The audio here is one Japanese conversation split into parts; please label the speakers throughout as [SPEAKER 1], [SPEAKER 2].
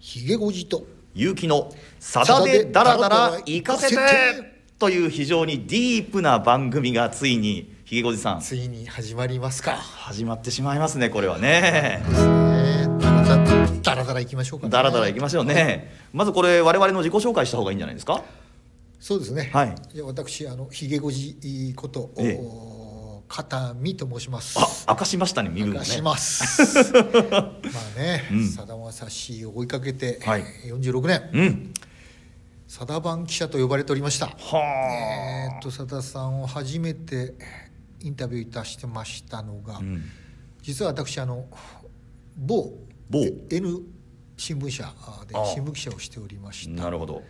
[SPEAKER 1] ひげごじと
[SPEAKER 2] 勇気のサダでダラダラ行かせてという非常にディープな番組がついにひげごじさん
[SPEAKER 1] ついに始まりますか
[SPEAKER 2] 始まってしまいますねこれはね
[SPEAKER 1] ねダラダラダラダラいきましょうかね
[SPEAKER 2] ダラダラ行きましょうねまずこれ我々の自己紹介した方がいいんじゃないですか
[SPEAKER 1] そうですね
[SPEAKER 2] はい
[SPEAKER 1] じゃあ私あのひげごじこと
[SPEAKER 2] ええ
[SPEAKER 1] お片見と申します
[SPEAKER 2] あ明かしましたね身
[SPEAKER 1] 明
[SPEAKER 2] 分が
[SPEAKER 1] か
[SPEAKER 2] ね
[SPEAKER 1] します まあね
[SPEAKER 2] うん
[SPEAKER 1] さだまさしを追いかけて
[SPEAKER 2] はい
[SPEAKER 1] 46年
[SPEAKER 2] うん
[SPEAKER 1] さだ番記者と呼ばれておりました
[SPEAKER 2] は
[SPEAKER 1] えーっとさださんを初めてインタビューいたしてましたのが、
[SPEAKER 2] あ、うん、
[SPEAKER 1] 実は私あの某
[SPEAKER 2] 某
[SPEAKER 1] N 新聞社で
[SPEAKER 2] ああ
[SPEAKER 1] 新聞記者をしておりました
[SPEAKER 2] なるほど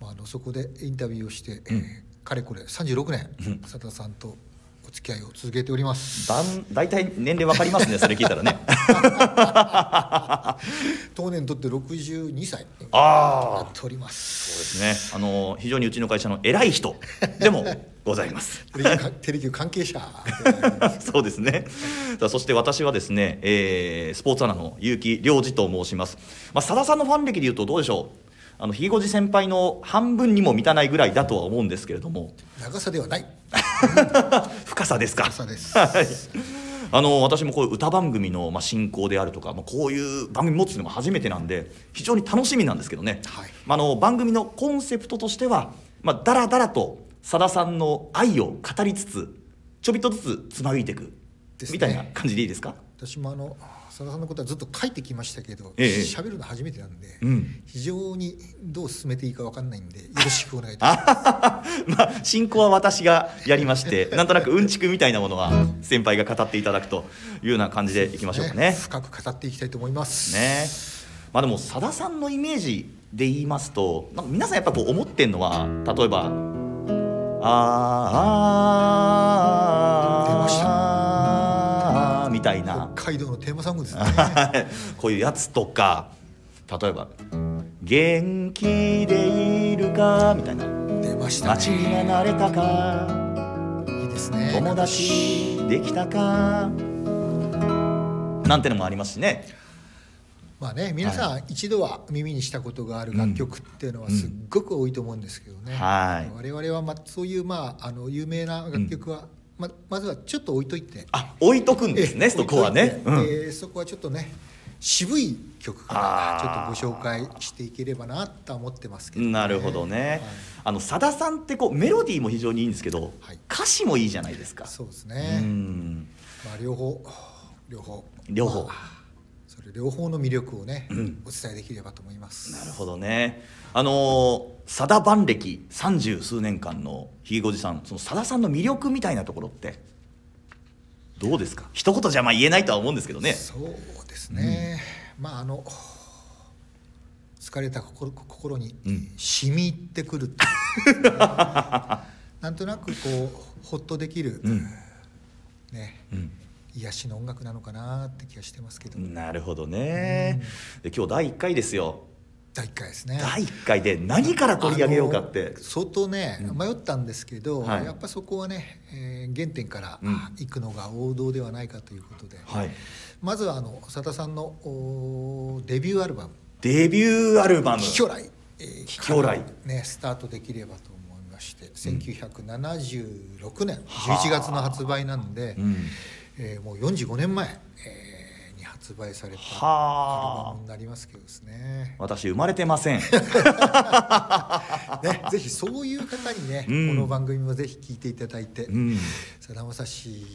[SPEAKER 1] まあ、あのそこでインタビューをして、えーかれこれ36年さだ、さんとお付き合いを続けております
[SPEAKER 2] だん大体年齢わかりますねそれ聞いた らね
[SPEAKER 1] 当年にとって62歳にな
[SPEAKER 2] ああ
[SPEAKER 1] っております
[SPEAKER 2] そうですねあの非常にうちの会社の偉い人でもございます
[SPEAKER 1] テレビ かテレビ局関係者でございます
[SPEAKER 2] そうですねさあそして私はですね、えースポーツアナの結城良二と申しますまあ、さださんのファン歴でいうとどうでしょうあのひげごじ先輩の半分にも満たないぐらいだとは思うんですけれども
[SPEAKER 1] 長さではない
[SPEAKER 2] 深さですか
[SPEAKER 1] 長さです
[SPEAKER 2] はい、あの私もこういう歌番組の、まあ、進行であるとか、まあ、こういう番組持つのも初めてなんで非常に楽しみなんですけどね、
[SPEAKER 1] はい
[SPEAKER 2] まあ、あの番組のコンセプトとしては、まあ、だらだらとさださんの愛を語りつつちょびっとずつつまゆいていく、
[SPEAKER 1] ですね
[SPEAKER 2] みたいな感じでいいですか
[SPEAKER 1] 私もあのさださんのことはずっと書いてきましたけど喋、
[SPEAKER 2] ええ
[SPEAKER 1] るの初めてなんで、
[SPEAKER 2] うん
[SPEAKER 1] 非常にどう進めていいかわかんないんでよろしくお願いいたします
[SPEAKER 2] まあ、進行は私がやりましてなんとなくうんちくみたいなものは先輩が語っていただくというような感じでいきましょうかね。
[SPEAKER 1] 深く語っていきたいと思います。
[SPEAKER 2] ねまあでもさださんのイメージで言いますとなんか皆さんやっぱこう思ってんのは例えば「あーあーあー
[SPEAKER 1] 出ました
[SPEAKER 2] あーみたい
[SPEAKER 1] 北
[SPEAKER 2] な
[SPEAKER 1] 海道のテーマソングですね。
[SPEAKER 2] こういうやつとか例えば「元気でいるか」みたいな
[SPEAKER 1] 出まし
[SPEAKER 2] 「
[SPEAKER 1] た
[SPEAKER 2] 街
[SPEAKER 1] ね。
[SPEAKER 2] には慣れたか」
[SPEAKER 1] いいですね。
[SPEAKER 2] 友達できたかなんてのもありますしね
[SPEAKER 1] まあね、皆さん一度は耳にしたことがある楽曲っていうのはすっごく多いと思うんですけどね。
[SPEAKER 2] うんはい
[SPEAKER 1] 我々はまあそういうまああの有名な楽曲は、ままずはちょっと置いといて。
[SPEAKER 2] あ置いとくんです
[SPEAKER 1] え
[SPEAKER 2] ね
[SPEAKER 1] え
[SPEAKER 2] そこは ね
[SPEAKER 1] 置い。
[SPEAKER 2] う
[SPEAKER 1] と
[SPEAKER 2] ん
[SPEAKER 1] いてえーそこはちょっとね。渋い曲から
[SPEAKER 2] あー
[SPEAKER 1] ちょっとご紹介していければなとは思ってますけど、
[SPEAKER 2] なるほどね。あのさださんってこうメロディーも非常にいいんですけど、
[SPEAKER 1] はい
[SPEAKER 2] 歌詞もいいじゃないですか。
[SPEAKER 1] そうです
[SPEAKER 2] う
[SPEAKER 1] ね、
[SPEAKER 2] ん、
[SPEAKER 1] まあ両方両方
[SPEAKER 2] 両方。
[SPEAKER 1] それ両方の魅力をね、お伝えできればと思います。
[SPEAKER 2] なるほどね。あのーさだ番歴三十数年間のひげごじさん、そのさださんの魅力みたいなところってどうですか。一言じゃまあ言えないとは思うんですけどね。
[SPEAKER 1] そうですね。まああの疲れた心心に
[SPEAKER 2] うん
[SPEAKER 1] 染み入ってくる っていう、なんとなくこうほっとできる、
[SPEAKER 2] うん
[SPEAKER 1] ね
[SPEAKER 2] うん。
[SPEAKER 1] 癒しの音楽なのかなって気がしてますけど、
[SPEAKER 2] なるほどね。で今日第一回ですよ。
[SPEAKER 1] 第一回ですね。
[SPEAKER 2] 第一回で何から取り上げようかっ
[SPEAKER 1] あ
[SPEAKER 2] て
[SPEAKER 1] の。相当ね迷ったんですけど、
[SPEAKER 2] はい
[SPEAKER 1] やっぱそこはね、えー原点から
[SPEAKER 2] うん
[SPEAKER 1] 行くのが王道ではないかということで、
[SPEAKER 2] はい。
[SPEAKER 1] まずはあの佐田さんのおーデビューアルバム
[SPEAKER 2] デビューアル
[SPEAKER 1] 「
[SPEAKER 2] バム。
[SPEAKER 1] キキョライ」えー
[SPEAKER 2] キキョライ
[SPEAKER 1] からねスタートできればと思いまして、1976年11月の発売なんで、
[SPEAKER 2] うん。
[SPEAKER 1] えーもう45年前、えーに発売されたアルバ
[SPEAKER 2] は
[SPEAKER 1] ム
[SPEAKER 2] あ
[SPEAKER 1] になりますけどですね。
[SPEAKER 2] 私生まれて ません
[SPEAKER 1] ね、ぜひそういう方にね、
[SPEAKER 2] うん
[SPEAKER 1] この番組もぜひ聞いていただいて、
[SPEAKER 2] うん
[SPEAKER 1] さだまさし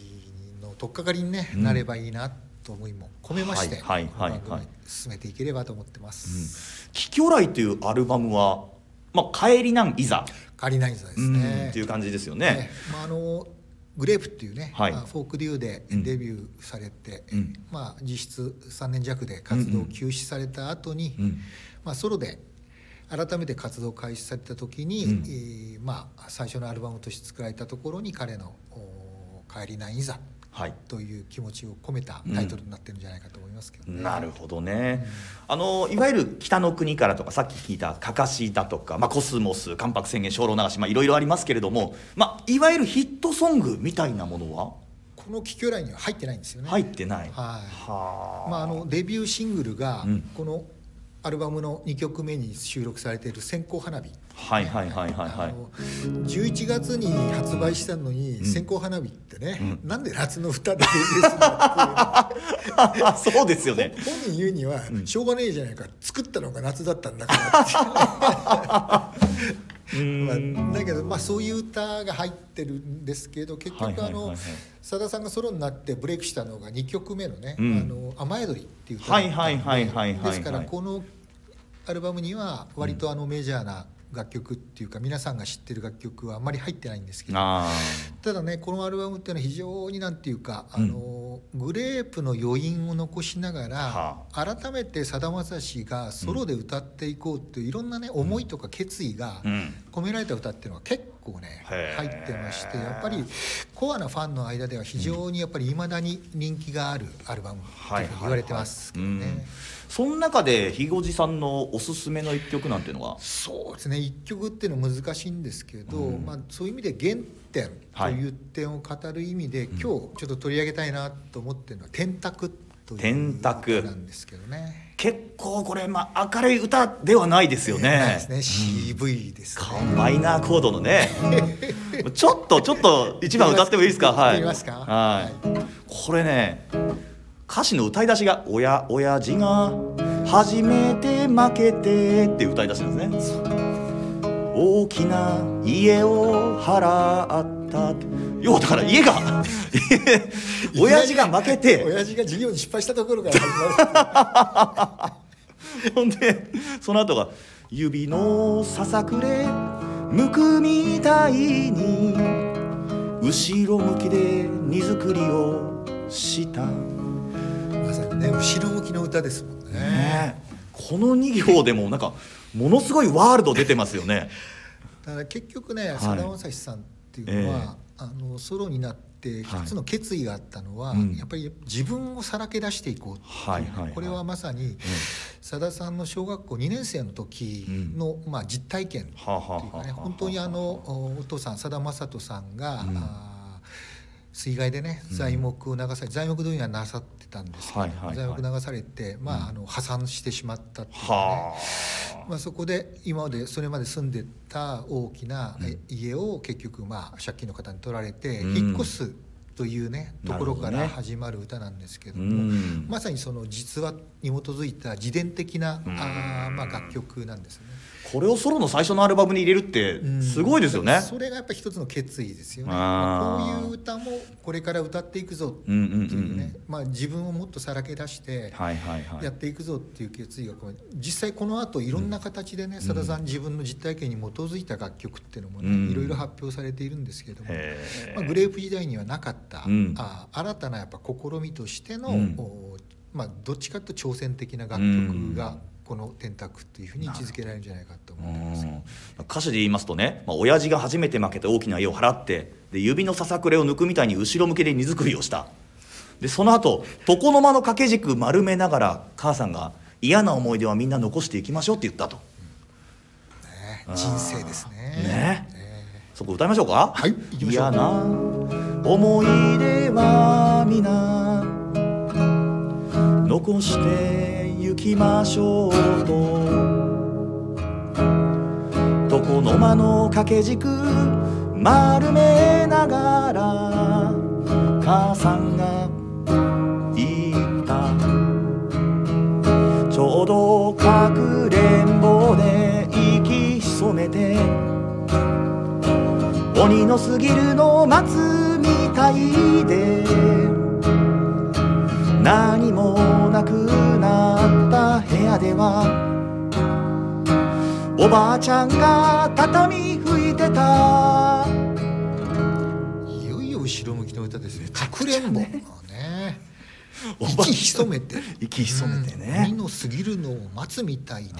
[SPEAKER 1] の取っかかりに、ね
[SPEAKER 2] うん
[SPEAKER 1] なればいいなと思いも込めまして、
[SPEAKER 2] はいはいはい
[SPEAKER 1] この番組進めていければと思ってま
[SPEAKER 2] 「うん
[SPEAKER 1] す。
[SPEAKER 2] キキョライ」というアルバムは、まあ、帰りなんいざ、
[SPEAKER 1] カリナインさんで
[SPEAKER 2] う
[SPEAKER 1] すね。
[SPEAKER 2] んっていう感じですよ
[SPEAKER 1] ね
[SPEAKER 2] ね。
[SPEAKER 1] まああのグレープっていうね、
[SPEAKER 2] はい
[SPEAKER 1] まあフォークデューで
[SPEAKER 2] うん
[SPEAKER 1] デビューされて、
[SPEAKER 2] うん
[SPEAKER 1] まあ実質3年弱で活動を休止された後に、
[SPEAKER 2] うん
[SPEAKER 1] まあソロで改めて活動を開始された時に、
[SPEAKER 2] うん
[SPEAKER 1] えーまあ最初のアルバムとして作られたところに彼のお「帰りないいざ」
[SPEAKER 2] はい
[SPEAKER 1] という気持ちを込めたタイトルになってるんじゃないかと思いますけどね。
[SPEAKER 2] なるほどね、あのいわゆる北の国からとかさっき聞いた「かかし」だとか「まあ、コスモス」「関白宣言」「精霊流し」まあいろいろありますけれども、まあ、いわゆるヒットソングみたいなものは
[SPEAKER 1] この「帰郷来」には入ってないんですよね。
[SPEAKER 2] 入ってない、
[SPEAKER 1] はい
[SPEAKER 2] は
[SPEAKER 1] まあ、あのデビューシングルが
[SPEAKER 2] うん
[SPEAKER 1] このアルバムの2曲目に収録されている「線香花火」
[SPEAKER 2] はいはいはいはいは
[SPEAKER 1] あ
[SPEAKER 2] い
[SPEAKER 1] の11月に発売したのに「線香花火」ってね、なんで夏の歌でリリースなのっていう
[SPEAKER 2] あ そうですよね
[SPEAKER 1] 本人言うには「しょうがねえじゃないか作ったのが夏だったんだから」って いう、まあ、だけど、まあ、そういう歌が入ってるんですけど結
[SPEAKER 2] はい
[SPEAKER 1] 局
[SPEAKER 2] はいは
[SPEAKER 1] あ
[SPEAKER 2] いはい
[SPEAKER 1] のさださんがソロになってブレイクしたのが2曲目のね「
[SPEAKER 2] うん
[SPEAKER 1] あの雨宿り」っていう歌だったんで
[SPEAKER 2] はいはいはいはいはいはい
[SPEAKER 1] ですからこのアルバムには割とあのメジャーな楽曲っていうか皆さんが知ってる楽曲はあんまり入ってないんですけど
[SPEAKER 2] あ
[SPEAKER 1] ただねこのアルバムっていうのは非常になんていうか、あのグレープの余韻を残しながら、
[SPEAKER 2] は
[SPEAKER 1] 改めてさだまさしがソロで歌っていこうっていういろんなね思いとか決意が
[SPEAKER 2] ーうん
[SPEAKER 1] 込められた歌っていうのが結構ね
[SPEAKER 2] へ
[SPEAKER 1] 入
[SPEAKER 2] ー
[SPEAKER 1] ってましてやっぱりコアなファンの間では非常にやっぱり未だに人気があるアルバムっていうふうに言われてますけどね。
[SPEAKER 2] うんその中でひごじさんのおすすめの一曲なんていうのは
[SPEAKER 1] そうですね一曲っていうのは難しいんですけど、
[SPEAKER 2] うん
[SPEAKER 1] まあ、そういう意味で原点と
[SPEAKER 2] はい
[SPEAKER 1] いう点を語る意味で、今日ちょっと取り上げたいなと思ってるのは「天卓」という
[SPEAKER 2] 天卓
[SPEAKER 1] 歌なんですけどね。
[SPEAKER 2] 結構これ、まあ、明るい歌ではないですよね。
[SPEAKER 1] ないですね渋いです
[SPEAKER 2] か
[SPEAKER 1] ね。
[SPEAKER 2] マイナーコード のねちょっとちょっと一番歌ってもいいですか
[SPEAKER 1] やっ
[SPEAKER 2] は
[SPEAKER 1] て
[SPEAKER 2] い
[SPEAKER 1] みますか
[SPEAKER 2] はい、これね歌詞の歌い出しが「おやおやじが初めて負けて」っていう歌い出しなんですね大きな家を払った要はだから家が 親父が負けて
[SPEAKER 1] 親父が授業に失敗したところから始まる
[SPEAKER 2] ほんでその後が「指のささくれむくみたいに後ろ向きで荷造りをした」
[SPEAKER 1] まさにね後ろ向きの歌ですもんね。
[SPEAKER 2] ねえこの2行でもなんかものすごいワールド出てますよね。
[SPEAKER 1] だから結局ね
[SPEAKER 2] い
[SPEAKER 1] さだまさしさんっていうのは、あのソロになって一つの決意があったのは、
[SPEAKER 2] うん
[SPEAKER 1] やっぱり自分をさらけ出していこうっていうね、
[SPEAKER 2] はいはいはい
[SPEAKER 1] これはまさにさだ、さんの小学校2年生の時の、まあ、実体験
[SPEAKER 2] はあ
[SPEAKER 1] っ
[SPEAKER 2] はあは
[SPEAKER 1] ていう
[SPEAKER 2] あ
[SPEAKER 1] か
[SPEAKER 2] は
[SPEAKER 1] ね
[SPEAKER 2] あ
[SPEAKER 1] 本当にあのおお父さんさだまさとさんが、あー水害でね材木を流され、材木問屋なさってたんですけど、
[SPEAKER 2] はいはいはい
[SPEAKER 1] 材木流されて、まああの破産してしまったっていうかね、
[SPEAKER 2] は
[SPEAKER 1] まあ、そこで今までそれまで住んでた大きなえ家を結局まあ借金の方に取られて
[SPEAKER 2] うん
[SPEAKER 1] 引っ越すというねと
[SPEAKER 2] なる
[SPEAKER 1] こ
[SPEAKER 2] ほ
[SPEAKER 1] ろ
[SPEAKER 2] どね
[SPEAKER 1] から始まる歌なんですけ
[SPEAKER 2] あ、う
[SPEAKER 1] ども
[SPEAKER 2] ん
[SPEAKER 1] まさにその実話に基づいた自伝的なあーまあ楽曲なんですね。
[SPEAKER 2] これをソロの最初のアルバムに入れるってすごいですよね。
[SPEAKER 1] それがやっぱ一つの決意ですよね。
[SPEAKER 2] あー
[SPEAKER 1] まあこういう歌もこれから歌っていくぞって
[SPEAKER 2] うんうんうんう
[SPEAKER 1] いうね
[SPEAKER 2] ん。
[SPEAKER 1] まあ自分をもっとさらけ出して
[SPEAKER 2] はいはいはい。
[SPEAKER 1] やっていくぞっていう決意がこう実際この後いろんな形でねさだ、さん自分の実体験に基づいた楽曲っていうのもね、
[SPEAKER 2] うん
[SPEAKER 1] いろいろ発表されているんですけれども、
[SPEAKER 2] へえ
[SPEAKER 1] まあ、グレープ時代にはなかった、
[SPEAKER 2] うん
[SPEAKER 1] あ新たなやっぱ試みとしての、
[SPEAKER 2] うん
[SPEAKER 1] おまあ、どっちかというと挑戦的な楽曲
[SPEAKER 2] う
[SPEAKER 1] が
[SPEAKER 2] ん
[SPEAKER 1] この「天卓」というふうに位置づけられるんじゃないかと思ってますけど。
[SPEAKER 2] うん歌詞で言いますとね、まあ、親父が初めて負けて大きな家を払ってで指のささくれを抜くみたいに後ろ向きで荷造りをしたでその後床の間の掛け軸丸めながら母さんが嫌な思い出はみんな残していきましょうって言ったと
[SPEAKER 1] ね人生ですね
[SPEAKER 2] ね
[SPEAKER 1] ね
[SPEAKER 2] そこ歌いましょうか
[SPEAKER 1] はい行きましょう
[SPEAKER 2] 嫌な思い出はみな残して行きましょうと床の間の掛け軸丸めながら母さんが言ったちょうどかくれんぼで息潜めて鬼のすぎるの松みたいで何もなくなった部屋ではおばあちゃんが畳拭いてた
[SPEAKER 1] いよいよ後ろ向きの歌ですね。かくれんぼ。ね。
[SPEAKER 2] おばあ
[SPEAKER 1] 息潜めて。
[SPEAKER 2] 息潜めてね
[SPEAKER 1] うん鬼の過ぎるのを待つみたいで。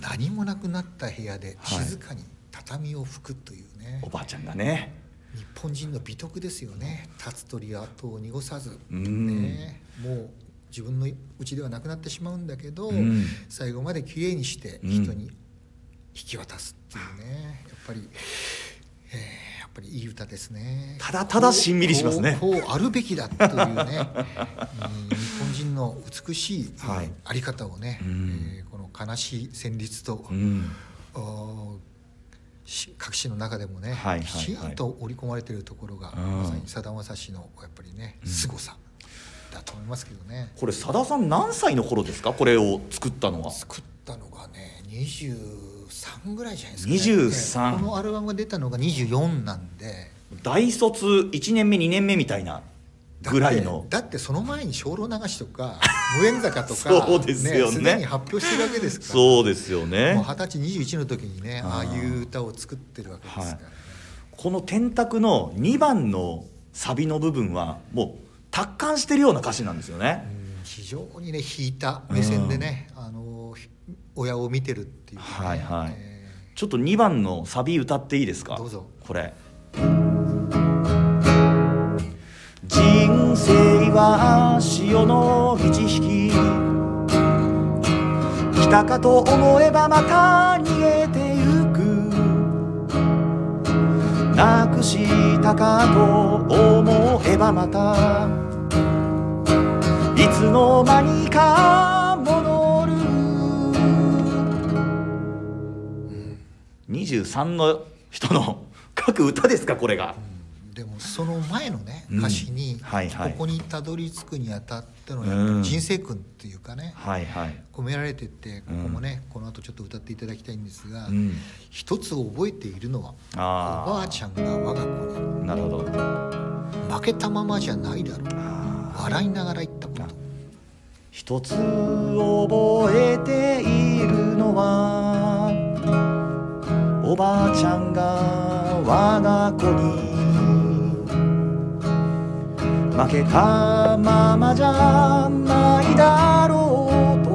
[SPEAKER 1] 何もなくなった部屋で
[SPEAKER 2] はい
[SPEAKER 1] 静かに畳を拭くというね、
[SPEAKER 2] おばあちゃんがね
[SPEAKER 1] 日本人の美徳ですよね立つ鳥は後を濁さず、
[SPEAKER 2] うん
[SPEAKER 1] ね、もう自分の家ではなくなってしまうんだけど、
[SPEAKER 2] うん
[SPEAKER 1] 最後まできれいにして
[SPEAKER 2] うん
[SPEAKER 1] 人に引き渡すっていうね、やっぱり、えーやっぱりいい歌ですね
[SPEAKER 2] ただただしんみりしますね
[SPEAKER 1] こうこうあるべきだ というね、うん日本人の美しい、
[SPEAKER 2] はい
[SPEAKER 1] あり方をね、
[SPEAKER 2] うん
[SPEAKER 1] えーこの悲しい旋律と、
[SPEAKER 2] うん
[SPEAKER 1] おし各詞の中でもね、
[SPEAKER 2] はいはいはい
[SPEAKER 1] きちんと織り込まれているところが、
[SPEAKER 2] うん
[SPEAKER 1] まさにさだまさしのやっぱりね凄さだと思いますけどね、
[SPEAKER 2] これさださん何歳の頃ですかこれを作ったのは
[SPEAKER 1] 作ったのがね23ぐらいじゃないですか、ね、
[SPEAKER 2] 23
[SPEAKER 1] このアルバムが出たのが24なんで
[SPEAKER 2] 大卒1年目2年目みたいなぐらいの
[SPEAKER 1] だってだってその前に「精霊流し」と か「無縁坂」とか
[SPEAKER 2] そうですよね
[SPEAKER 1] すでに発表してるわけですから
[SPEAKER 2] そうですよね
[SPEAKER 1] もう二十歳21の時にねああいう歌を作ってるわけですから、
[SPEAKER 2] はいこの「天卓」の2番のサビの部分はもう達観してるような歌詞なんですよね。
[SPEAKER 1] うん非常にね引いた目線でね、あのひ親を見てるっていうかね、
[SPEAKER 2] はいはい
[SPEAKER 1] え
[SPEAKER 2] ちょっと2番のサビ歌っていいですか
[SPEAKER 1] どうぞ
[SPEAKER 2] これ人生は潮の満ち引き来たかと思えばまた逃げてゆくなくしたかと思えばまたいつの間にか戻る23の人の書く歌ですかこれが、
[SPEAKER 1] ーでもその前のね
[SPEAKER 2] うん
[SPEAKER 1] 歌詞に、
[SPEAKER 2] はいはい
[SPEAKER 1] ここにたどり着くにあたってのやっぱ
[SPEAKER 2] うん
[SPEAKER 1] り人生訓っていうかね、
[SPEAKER 2] はいはい
[SPEAKER 1] 込められててここもね、この後ちょっと歌っていただきたいんですが、
[SPEAKER 2] うん
[SPEAKER 1] 一つ覚えているのはお
[SPEAKER 2] あー
[SPEAKER 1] ばあちゃんが我が子に
[SPEAKER 2] なるほど
[SPEAKER 1] 負けたままじゃないだろう笑いながら言ったこ
[SPEAKER 2] あ
[SPEAKER 1] と
[SPEAKER 2] 一つ覚えているのはおばあちゃんが我が子に負けたままじゃないだろう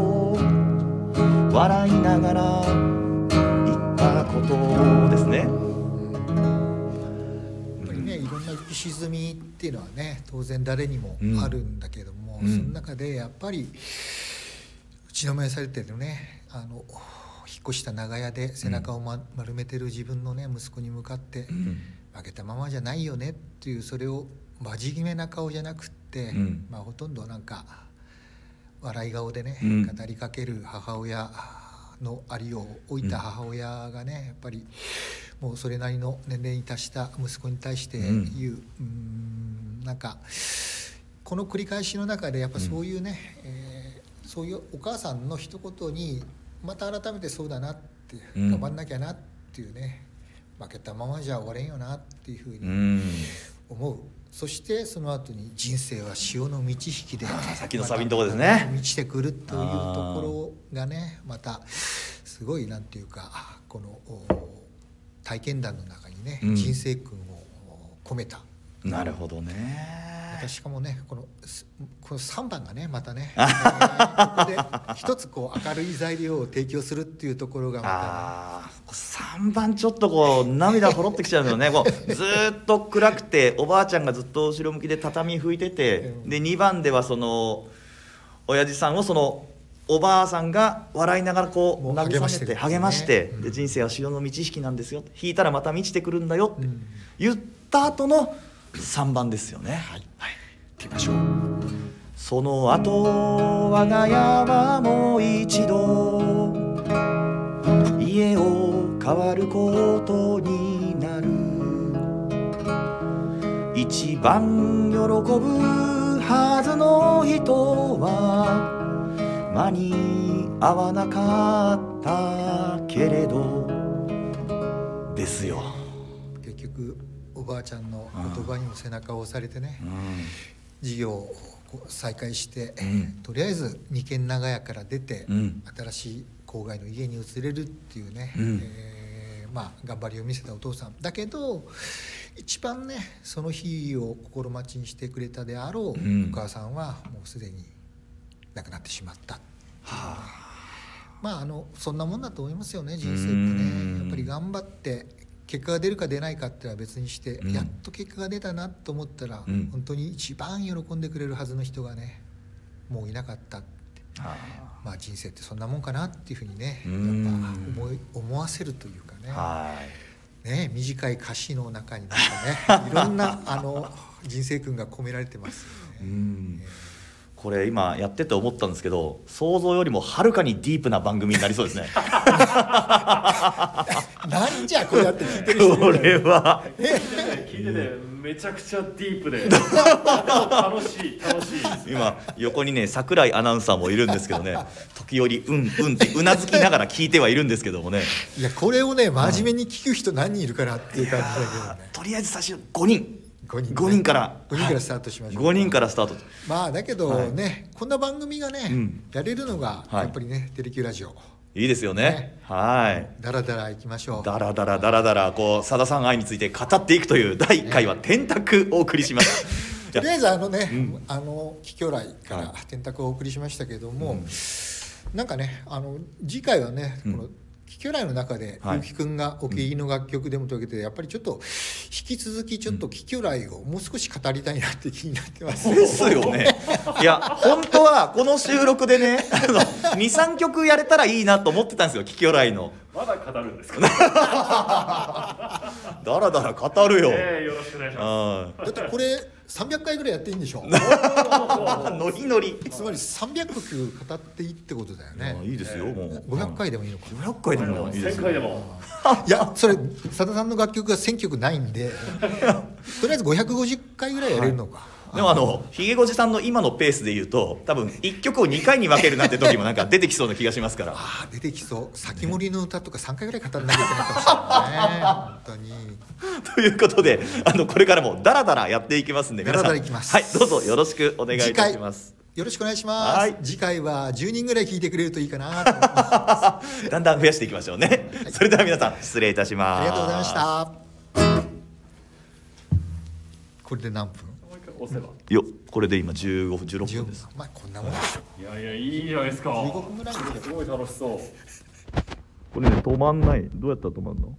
[SPEAKER 2] と笑いながら言ったことですね。
[SPEAKER 1] やっぱりねいろんな浮き沈みっていうのはね当然誰にもあるんだけども、
[SPEAKER 2] うん
[SPEAKER 1] その中でやっぱり打ちのめされてるねあの引っ越した長屋で背中を、ま丸めてる自分のね息子に向かって、負けたままじゃないよねっていうそれを真面目な顔じゃなくって、
[SPEAKER 2] うん
[SPEAKER 1] まあ、ほとんどなんか笑い顔でね、
[SPEAKER 2] うん
[SPEAKER 1] 語りかける母親のありを置いた母親がねやっぱりもうそれなりの年齢に達した息子に対して
[SPEAKER 2] うん
[SPEAKER 1] 言う,、うーん、なんかこの繰り返しの中でやっぱそういうね、えーそういうお母さんの一言にまた改めてそうだなって、
[SPEAKER 2] うん
[SPEAKER 1] 頑張んなきゃなっていうね負けたままじゃ終われんよなっていうふう
[SPEAKER 2] う
[SPEAKER 1] に
[SPEAKER 2] ん
[SPEAKER 1] 思う、そしてその後に「人生は潮の満ち引きで」
[SPEAKER 2] さっきのサビのとこですね
[SPEAKER 1] また満ちてくるというところがねまたすごいなんていうかこのお体験談の中にね、
[SPEAKER 2] うん
[SPEAKER 1] 人生訓をお込めた。
[SPEAKER 2] なるほどね。
[SPEAKER 1] またしかもねこのすこの3番がねまた ね、えーここで一つこう明るい材料を提供するっていうところがまたね
[SPEAKER 2] ああ3番ちょっとこう涙ほろってきちゃうんだよ ねこうずーっと暗くておばあちゃんがずっと後ろ向きで畳拭いてて
[SPEAKER 1] うん
[SPEAKER 2] で2番ではその親父さんをそのおばあさんが笑いながらこう
[SPEAKER 1] もう
[SPEAKER 2] 慰
[SPEAKER 1] 励ま
[SPEAKER 2] め
[SPEAKER 1] して
[SPEAKER 2] て
[SPEAKER 1] る
[SPEAKER 2] 励まして
[SPEAKER 1] うん
[SPEAKER 2] で人生は潮の満ち引きなんですよ引いたらまた満ちてくるんだよって
[SPEAKER 1] うん
[SPEAKER 2] 言った後の3番ですよね。はい、行ってみましょうその後我が家はもう一度家を変わることになる一番喜ぶはずの人は間に合わなかったけれどですよ、
[SPEAKER 1] 結局おばあちゃんの言葉にも背中を押されてね事業をこう再開して、
[SPEAKER 2] うん
[SPEAKER 1] とりあえず二軒長屋から出て、
[SPEAKER 2] うん
[SPEAKER 1] 新しい郊外の家に移れるっていうね、
[SPEAKER 2] うん
[SPEAKER 1] えーまあ、頑張りを見せたお父さんだけど一番ねその日を心待ちにしてくれたであろう、
[SPEAKER 2] うん
[SPEAKER 1] お母さんはもうすでに亡くなってしまった。
[SPEAKER 2] はあ
[SPEAKER 1] まああのそんなもんだと思いますよね人生って
[SPEAKER 2] うん
[SPEAKER 1] ねやっぱり頑張って結果が出るか出ないかってのは別にして、
[SPEAKER 2] うん
[SPEAKER 1] やっと結果が出たなと思ったら、
[SPEAKER 2] うん
[SPEAKER 1] 本当に一番喜んでくれるはずの人がねもういなかったってまあ人生ってそんなもんかなっていうふうにねやっぱ
[SPEAKER 2] うん
[SPEAKER 1] 思い思わせるというかね
[SPEAKER 2] はい
[SPEAKER 1] ねね、短い歌詞の中になんか ねいろんなあの人生訓が込められてますよね、
[SPEAKER 2] んこれ今やってて思ったんですけど想像よりもはるかにディープな番組になりそうですね
[SPEAKER 1] なんじゃこれやって聞いてる人
[SPEAKER 2] こ
[SPEAKER 1] い る
[SPEAKER 2] れは
[SPEAKER 3] 聞いててめちゃくちゃディープででも楽しい楽しいです
[SPEAKER 2] 今横にね桜井アナウンサーもいるんですけどね時折うんうんってうなずきながら聞いてはいるんですけどもね
[SPEAKER 1] いやこれをね真面目に聞く人何人いるかなっていう感じだけどね
[SPEAKER 2] とりあえず最初5人
[SPEAKER 1] 5人ね
[SPEAKER 2] 5人から
[SPEAKER 1] 5人からスタートしましょう
[SPEAKER 2] 5人からスタート
[SPEAKER 1] まあだけどね、こんな番組がね、
[SPEAKER 2] うん
[SPEAKER 1] やれるのが
[SPEAKER 2] は
[SPEAKER 1] や
[SPEAKER 2] い
[SPEAKER 1] っぱりね、テレキューラジオ
[SPEAKER 2] いいですよね
[SPEAKER 1] ね
[SPEAKER 2] はい
[SPEAKER 1] だらだらいきましょう
[SPEAKER 2] だらだらだらだらこうさださん愛について語っていくという第1回は「天卓」お送りしますじ
[SPEAKER 1] と
[SPEAKER 2] ゃ
[SPEAKER 1] りあえずあのね、あの桔梗来か
[SPEAKER 2] は
[SPEAKER 1] ら天卓をお送りしましたけども、なんかねあの次回はね、
[SPEAKER 2] うん
[SPEAKER 1] この桔梗来の中で
[SPEAKER 2] はい
[SPEAKER 1] 結城くんがお気に入りの楽曲でもというわけでやっぱりちょっと引き続きちょっと桔梗来をもう少し語りたいなって気になってます。
[SPEAKER 2] あですよねいや本当はこの収録でね23曲やれたらいいなと思ってたんですよ「キキョライの
[SPEAKER 3] まだ語るんですか、
[SPEAKER 2] だらだら語るよ、
[SPEAKER 3] えー、よろしくお願いしま
[SPEAKER 2] あ
[SPEAKER 1] だってこれ300回ぐらいやっていいんでしょ
[SPEAKER 2] あノリノリ
[SPEAKER 1] つまり300曲語っていいってことだよ
[SPEAKER 2] あ
[SPEAKER 1] ね
[SPEAKER 2] いいですよもう
[SPEAKER 1] 500回でもいいのかな
[SPEAKER 2] 500回
[SPEAKER 3] す
[SPEAKER 2] でもいいですよ
[SPEAKER 3] 1000回でも
[SPEAKER 1] いやそれさださんの楽曲が1000曲ないんで とりあえず550回ぐらいやれるのか、
[SPEAKER 2] でもあのひげごじさんの今のペースで言うと多分1曲を2回に分けるなんて時もなんか出てきそうな気がしますから
[SPEAKER 1] ああ出てきそう「先森の歌」とか3回ぐらい語らなきゃいけない かもしれないね本
[SPEAKER 2] ということであのこれからもダラダラやっていきますんで皆さん
[SPEAKER 1] ダラダラいきます
[SPEAKER 2] はいどうぞよろしく
[SPEAKER 1] 当
[SPEAKER 2] お願い
[SPEAKER 1] に
[SPEAKER 2] いたします
[SPEAKER 1] よろしくお願いします、
[SPEAKER 2] はい
[SPEAKER 1] 次回は10人ぐらい聞いてくれるといいか なと思います
[SPEAKER 2] だんだん増やしていきましょうねそれでは皆さん失礼いたしま
[SPEAKER 1] あ
[SPEAKER 2] す
[SPEAKER 1] りがとうございました これで何分
[SPEAKER 3] もう一回押せば
[SPEAKER 2] よこれで今15分16
[SPEAKER 1] ?10
[SPEAKER 2] 分
[SPEAKER 1] 分
[SPEAKER 2] です
[SPEAKER 1] まあこんなもん
[SPEAKER 3] いやいやいいじゃないですか
[SPEAKER 1] 15分ぐらいで
[SPEAKER 3] すごい楽しそう
[SPEAKER 2] これね止まんないどうやったら止まんの